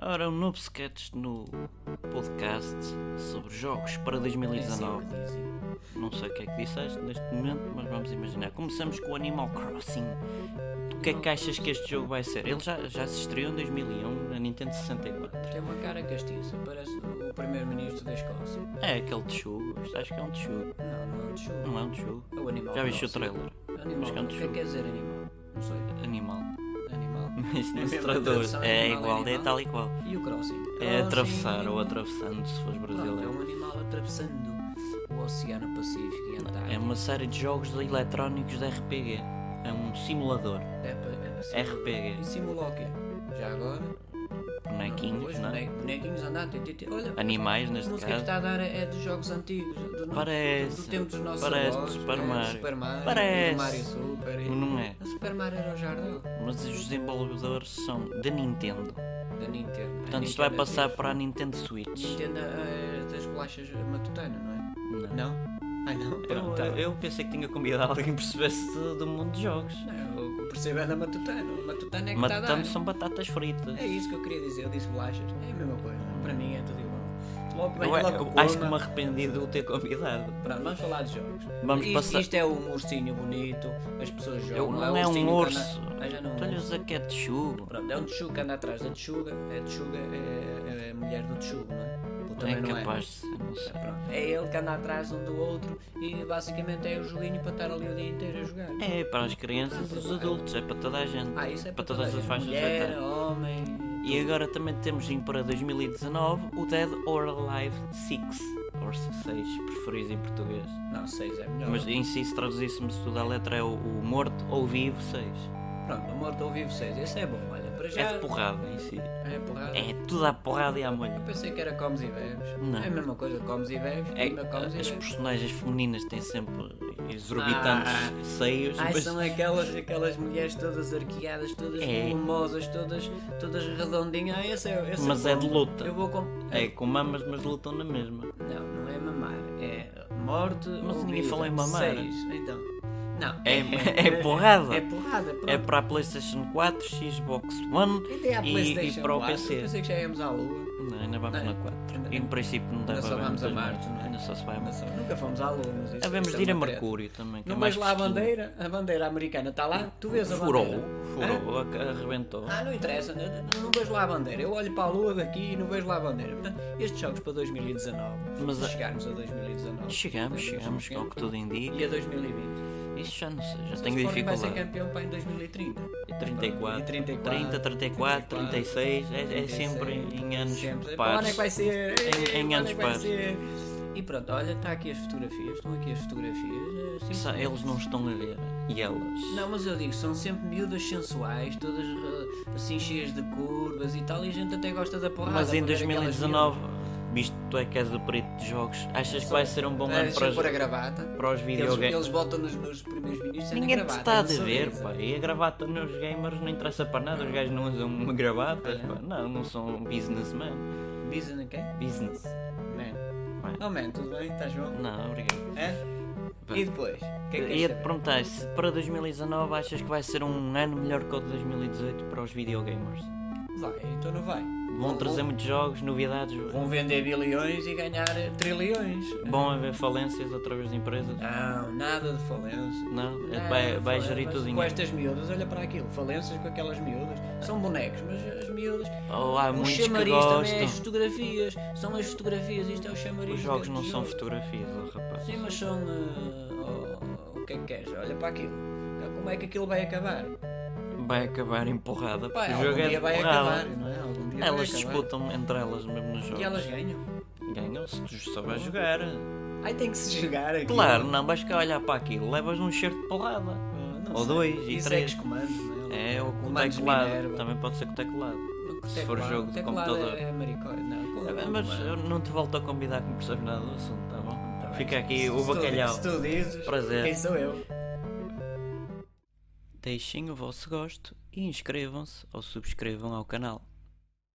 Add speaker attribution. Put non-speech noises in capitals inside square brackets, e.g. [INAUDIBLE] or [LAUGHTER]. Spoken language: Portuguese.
Speaker 1: Ora, um novo sketch no podcast sobre jogos para 2019.
Speaker 2: É,
Speaker 1: Não sei o que é que disseste neste momento, mas vamos imaginar. Começamos com o Animal Crossing. O que é que achas que este jogo vai ser? Ele já, já se estreou em 2001 na Nintendo 64.
Speaker 2: Tem uma cara castiça, parece o primeiro-ministro da Escócia.
Speaker 1: É aquele tchugo, acho que é um tchugo.
Speaker 2: Não, não é o de chuva.
Speaker 1: Não é um tchugo.
Speaker 2: É o animal.
Speaker 1: Já viste o
Speaker 2: Crossing.
Speaker 1: trailer? Mas
Speaker 2: Animal.
Speaker 1: que é um
Speaker 2: O que é que
Speaker 1: tchugo.
Speaker 2: quer dizer animal? Não sei.
Speaker 1: Animal. [LAUGHS]
Speaker 2: Animal.
Speaker 1: Isso não
Speaker 2: É
Speaker 1: se
Speaker 2: mesmo
Speaker 1: traduz.
Speaker 2: atravessar
Speaker 1: É
Speaker 2: animal,
Speaker 1: igual, é
Speaker 2: animal. Ah,
Speaker 1: tal e qual.
Speaker 2: E o crossing?
Speaker 1: [LAUGHS] É
Speaker 2: Crossing,
Speaker 1: atravessar
Speaker 2: animal.
Speaker 1: ou atravessando, se fores
Speaker 2: Pronto, é
Speaker 1: brasileiro.
Speaker 2: um animal atravessando o Oceano Pacífico e Antártico.
Speaker 1: É uma série de jogos eletrónicos de RPG. É um simulador.
Speaker 2: É pa- é assim.
Speaker 1: RPG.
Speaker 2: E simula o quê? Já agora?
Speaker 1: Bonequinhos,
Speaker 2: Pois,
Speaker 1: não é?
Speaker 2: bone- Bonequinhos andando. tê, tê, tê. Olha,
Speaker 1: Animais,
Speaker 2: a
Speaker 1: neste
Speaker 2: música que
Speaker 1: caso.
Speaker 2: está a dar é é dos jogos antigos. Do, no-
Speaker 1: Parece.
Speaker 2: Do, do tempo dos nossos
Speaker 1: Parece
Speaker 2: avós,
Speaker 1: do Super
Speaker 2: é, do
Speaker 1: Mario.
Speaker 2: Super Mario.
Speaker 1: Parece.
Speaker 2: e do Mario Super. e-
Speaker 1: Não é?
Speaker 2: O Super Mario era o Jardel
Speaker 1: Mas os desenvolvedores são da Nintendo.
Speaker 2: da Nintendo. A
Speaker 1: Portanto, isto
Speaker 2: Nintendo
Speaker 1: vai passar
Speaker 2: fez-
Speaker 1: para a Nintendo Switch.
Speaker 2: Nintendo eh, das bolachas matutano, não é?
Speaker 1: Não.
Speaker 2: Não? Ah, não?
Speaker 1: Eu,
Speaker 2: Pronto, tá bem.
Speaker 1: eu pensei que tinha convidado alguém que percebesse do mundo de jogos.
Speaker 2: Não, eu percebo é da matutano. Matutano é que está a dar.
Speaker 1: Matando são batatas fritas.
Speaker 2: É isso que eu queria dizer. Eu disse bolachas. É a mesma coisa. Para mim é tudo igual. Logo bem,
Speaker 1: Eu, é-
Speaker 2: logo
Speaker 1: eu
Speaker 2: coma.
Speaker 1: acho que me arrependi de o ter convidado.
Speaker 2: Pronto, vamos falar de jogos.
Speaker 1: Vamos
Speaker 2: é isto,
Speaker 1: passar-
Speaker 2: isto é um ursinho bonito, as pessoas jogam.
Speaker 1: Eu- não é um
Speaker 2: ursinho que anda-
Speaker 1: urso.
Speaker 2: Ah, já não é um
Speaker 1: Estou-lhe a
Speaker 2: urso.
Speaker 1: dizer que é de chuva.
Speaker 2: Pronto, é um tchuga que anda atrás da tchuga. É tchuga, é, é a mulher do tchuga, não é? Ou
Speaker 1: É
Speaker 2: também não
Speaker 1: capaz de ser, não sei.
Speaker 2: Pronto, é ele que anda atrás um do outro e basicamente é o joguinho para estar ali o dia inteiro a jogar.
Speaker 1: É para as crianças e os adultos, é para toda a gente.
Speaker 2: Ah, isso é
Speaker 1: para
Speaker 2: para,
Speaker 1: todas
Speaker 2: toda
Speaker 1: as
Speaker 2: a
Speaker 1: faixas tá.
Speaker 2: gente.
Speaker 1: de
Speaker 2: Mulher,
Speaker 1: idade.
Speaker 2: homem.
Speaker 1: E agora também temos em para 2019 o Dead or Alive 6, ou 6, preferis em português.
Speaker 2: Não, seis é melhor.
Speaker 1: Mas em si, se traduzíssemos tudo à letra, é o, o morto ou vivo 6.
Speaker 2: Pronto, o morto ou vivo seis. Esse é bom, olha. Para já.
Speaker 1: É de porrada em si.
Speaker 2: É porrada.
Speaker 1: É tudo à porrada e à molha.
Speaker 2: Eu pensei que era comes e bebes.
Speaker 1: Não.
Speaker 2: É a mesma coisa, comes e bebes.
Speaker 1: É,
Speaker 2: prima comes e
Speaker 1: as
Speaker 2: bebes.
Speaker 1: personagens femininas têm sempre exorbitantes
Speaker 2: Ah.
Speaker 1: seios.
Speaker 2: Ai,
Speaker 1: mas-
Speaker 2: são aquelas, aquelas mulheres todas arqueadas, todas
Speaker 1: É.
Speaker 2: volumosas, todas, todas redondinhas. Ah, esse é, esse
Speaker 1: Mas é
Speaker 2: bom.
Speaker 1: de luta.
Speaker 2: Eu vou com...
Speaker 1: É com mamas, mas lutam na mesma.
Speaker 2: Não, não é mamar. É morte
Speaker 1: Mas
Speaker 2: ou
Speaker 1: ninguém
Speaker 2: vida.
Speaker 1: falou em mamar.
Speaker 2: Seis, então. Não.
Speaker 1: É- [LAUGHS] é porrada.
Speaker 2: É porrada. Pronto.
Speaker 1: É para a PlayStation 4, Xbox One
Speaker 2: Até à
Speaker 1: e,
Speaker 2: PlayStation
Speaker 1: e para o
Speaker 2: 4.
Speaker 1: PC.
Speaker 2: Pensei que já íamos à Lua.
Speaker 1: Não, ainda vamos
Speaker 2: Não, é?
Speaker 1: na 4.
Speaker 2: ainda-
Speaker 1: em princípio não dá
Speaker 2: ainda
Speaker 1: para
Speaker 2: só
Speaker 1: ver
Speaker 2: vamos a
Speaker 1: muitas
Speaker 2: Marte,
Speaker 1: mais.
Speaker 2: não é?
Speaker 1: Ainda só se vai a Marte.
Speaker 2: Nunca fomos à Lua, mas isso-
Speaker 1: Havemos
Speaker 2: isso é
Speaker 1: de ir a
Speaker 2: uma treta.
Speaker 1: Mercúrio também, que é
Speaker 2: Não
Speaker 1: mais
Speaker 2: vês lá a
Speaker 1: fresquinho.
Speaker 2: bandeira? A bandeira americana está lá? Tu vês a
Speaker 1: Furou,
Speaker 2: bandeira? Hã?
Speaker 1: furou, ac- arrebentou.
Speaker 2: Ah, não interessa, não, não- não vejo lá a bandeira. Eu olho para a lua daqui e não vejo lá a bandeira. Portanto, estes jogos para 2019,
Speaker 1: Mas
Speaker 2: se
Speaker 1: a-
Speaker 2: chegarmos a 2019
Speaker 1: Chegamos, chegamos, ao que tudo indica.
Speaker 2: e a 2020.
Speaker 1: Isso já não sei, já
Speaker 2: Se
Speaker 1: tenho
Speaker 2: o Sporting vai ser
Speaker 1: dificuldade.
Speaker 2: campeão para em 2030. é E
Speaker 1: 34,
Speaker 2: 34,
Speaker 1: 30, 34, 36, é, é
Speaker 2: 36,
Speaker 1: sempre em anos
Speaker 2: sempre. Para
Speaker 1: pares.
Speaker 2: onde é que vai ser?
Speaker 1: Em- em
Speaker 2: Para onde
Speaker 1: anos
Speaker 2: é que vai
Speaker 1: pares.
Speaker 2: ser? E pronto, olha, está aqui as fotografias, estão aqui as fotografias. assim,
Speaker 1: Sa- Eles não estão a ver, e elas?
Speaker 2: Não, mas eu digo, são sempre miúdas sensuais, todas eh, assim cheias de curvas e tal, e a gente até gosta da porrada.
Speaker 1: Mas em
Speaker 2: para é ver aquelas
Speaker 1: 2019, visto que tu é que és o perito de jogos, achas que vai ser um bom
Speaker 2: miúdas.
Speaker 1: ano
Speaker 2: Eh,
Speaker 1: para,
Speaker 2: sem pôr a
Speaker 1: os-
Speaker 2: gravata.
Speaker 1: para os
Speaker 2: Eles,
Speaker 1: videogames?
Speaker 2: eles botam nos, nos primeiros ministros é na
Speaker 1: Ninguém te
Speaker 2: gravata,
Speaker 1: está a
Speaker 2: no
Speaker 1: dever,
Speaker 2: sorriso.
Speaker 1: pá. E a gravata nos gamers não interessa para nada. Os gajos não usam gravatas, pá. Não, não são businessmen.
Speaker 2: Dizem a quem?
Speaker 1: Business.
Speaker 2: Man.
Speaker 1: Man.
Speaker 2: Oh man, tudo bem? Estás bom?
Speaker 1: Não, obrigado.
Speaker 2: É?
Speaker 1: Bem.
Speaker 2: E depois? O que é que
Speaker 1: Ia
Speaker 2: queres
Speaker 1: te
Speaker 2: saber?
Speaker 1: perguntar se para 2019 achas que vai ser um ano melhor que o de 2018 para os videogamers.
Speaker 2: Vai, então não vai.
Speaker 1: Vão trazer muitos jogos, novidades,
Speaker 2: Vão vender bilhões e ganhar eh, trilhões.
Speaker 1: vão haver falências através de empresas.
Speaker 2: Não, nada de falência.
Speaker 1: Não,
Speaker 2: Não,
Speaker 1: É, vai, vai
Speaker 2: falen-
Speaker 1: gerir
Speaker 2: Ah, mas
Speaker 1: tudo
Speaker 2: Com
Speaker 1: dinheiro.
Speaker 2: estas miúdas, olha para aquilo, falências com aquelas miúdas. São bonecos, mas as miúdas.
Speaker 1: Oh, há
Speaker 2: o
Speaker 1: muitos que
Speaker 2: chamariz também é as
Speaker 1: gostam.
Speaker 2: fotografias, são as fotografias, isto é o chamariz.
Speaker 1: Os jogos
Speaker 2: de-
Speaker 1: não
Speaker 2: de
Speaker 1: são
Speaker 2: jogo.
Speaker 1: fotografias, oh, rapaz.
Speaker 2: Sim, mas são. eh, oh, o que é que queres? Olha para aquilo. Como é que aquilo vai acabar?
Speaker 1: Vai acabar empurrada.
Speaker 2: Pá,
Speaker 1: porque o
Speaker 2: algum
Speaker 1: jogo é
Speaker 2: dia
Speaker 1: de
Speaker 2: vai
Speaker 1: porrada.
Speaker 2: acabar, não é? Algum dia vai
Speaker 1: Elas
Speaker 2: acabar.
Speaker 1: disputam entre elas mesmo nos jogos.
Speaker 2: E elas ganham.
Speaker 1: Ganham se tu souberes jogar.
Speaker 2: Ai, tem que se jogar aqui.
Speaker 1: Claro, não vais cá olhar para aquilo, levas um cheiro de porrada. Ou dois, e
Speaker 2: Eh, Isso
Speaker 1: três.
Speaker 2: É, que os comandos, não é?
Speaker 1: É, ou com o
Speaker 2: Comandos
Speaker 1: teclado.
Speaker 2: Minerva.
Speaker 1: Também pode ser com o teclado.
Speaker 2: O
Speaker 1: se for
Speaker 2: teclado-
Speaker 1: jogo de
Speaker 2: teclado
Speaker 1: computador.
Speaker 2: É, é maricó- não, com-
Speaker 1: Ah,
Speaker 2: com
Speaker 1: Mas
Speaker 2: comando.
Speaker 1: eu não te volto a convidar que não percebes nada do assunto, tá bom?
Speaker 2: Tá bem.
Speaker 1: Fica aqui
Speaker 2: Se-
Speaker 1: o
Speaker 2: se tu-
Speaker 1: bacalhau.
Speaker 2: Se tu dizes,
Speaker 1: Prazer.
Speaker 2: quem sou eu?
Speaker 1: Deixem o vosso gosto e inscrevam-se ou subscrevam ao canal.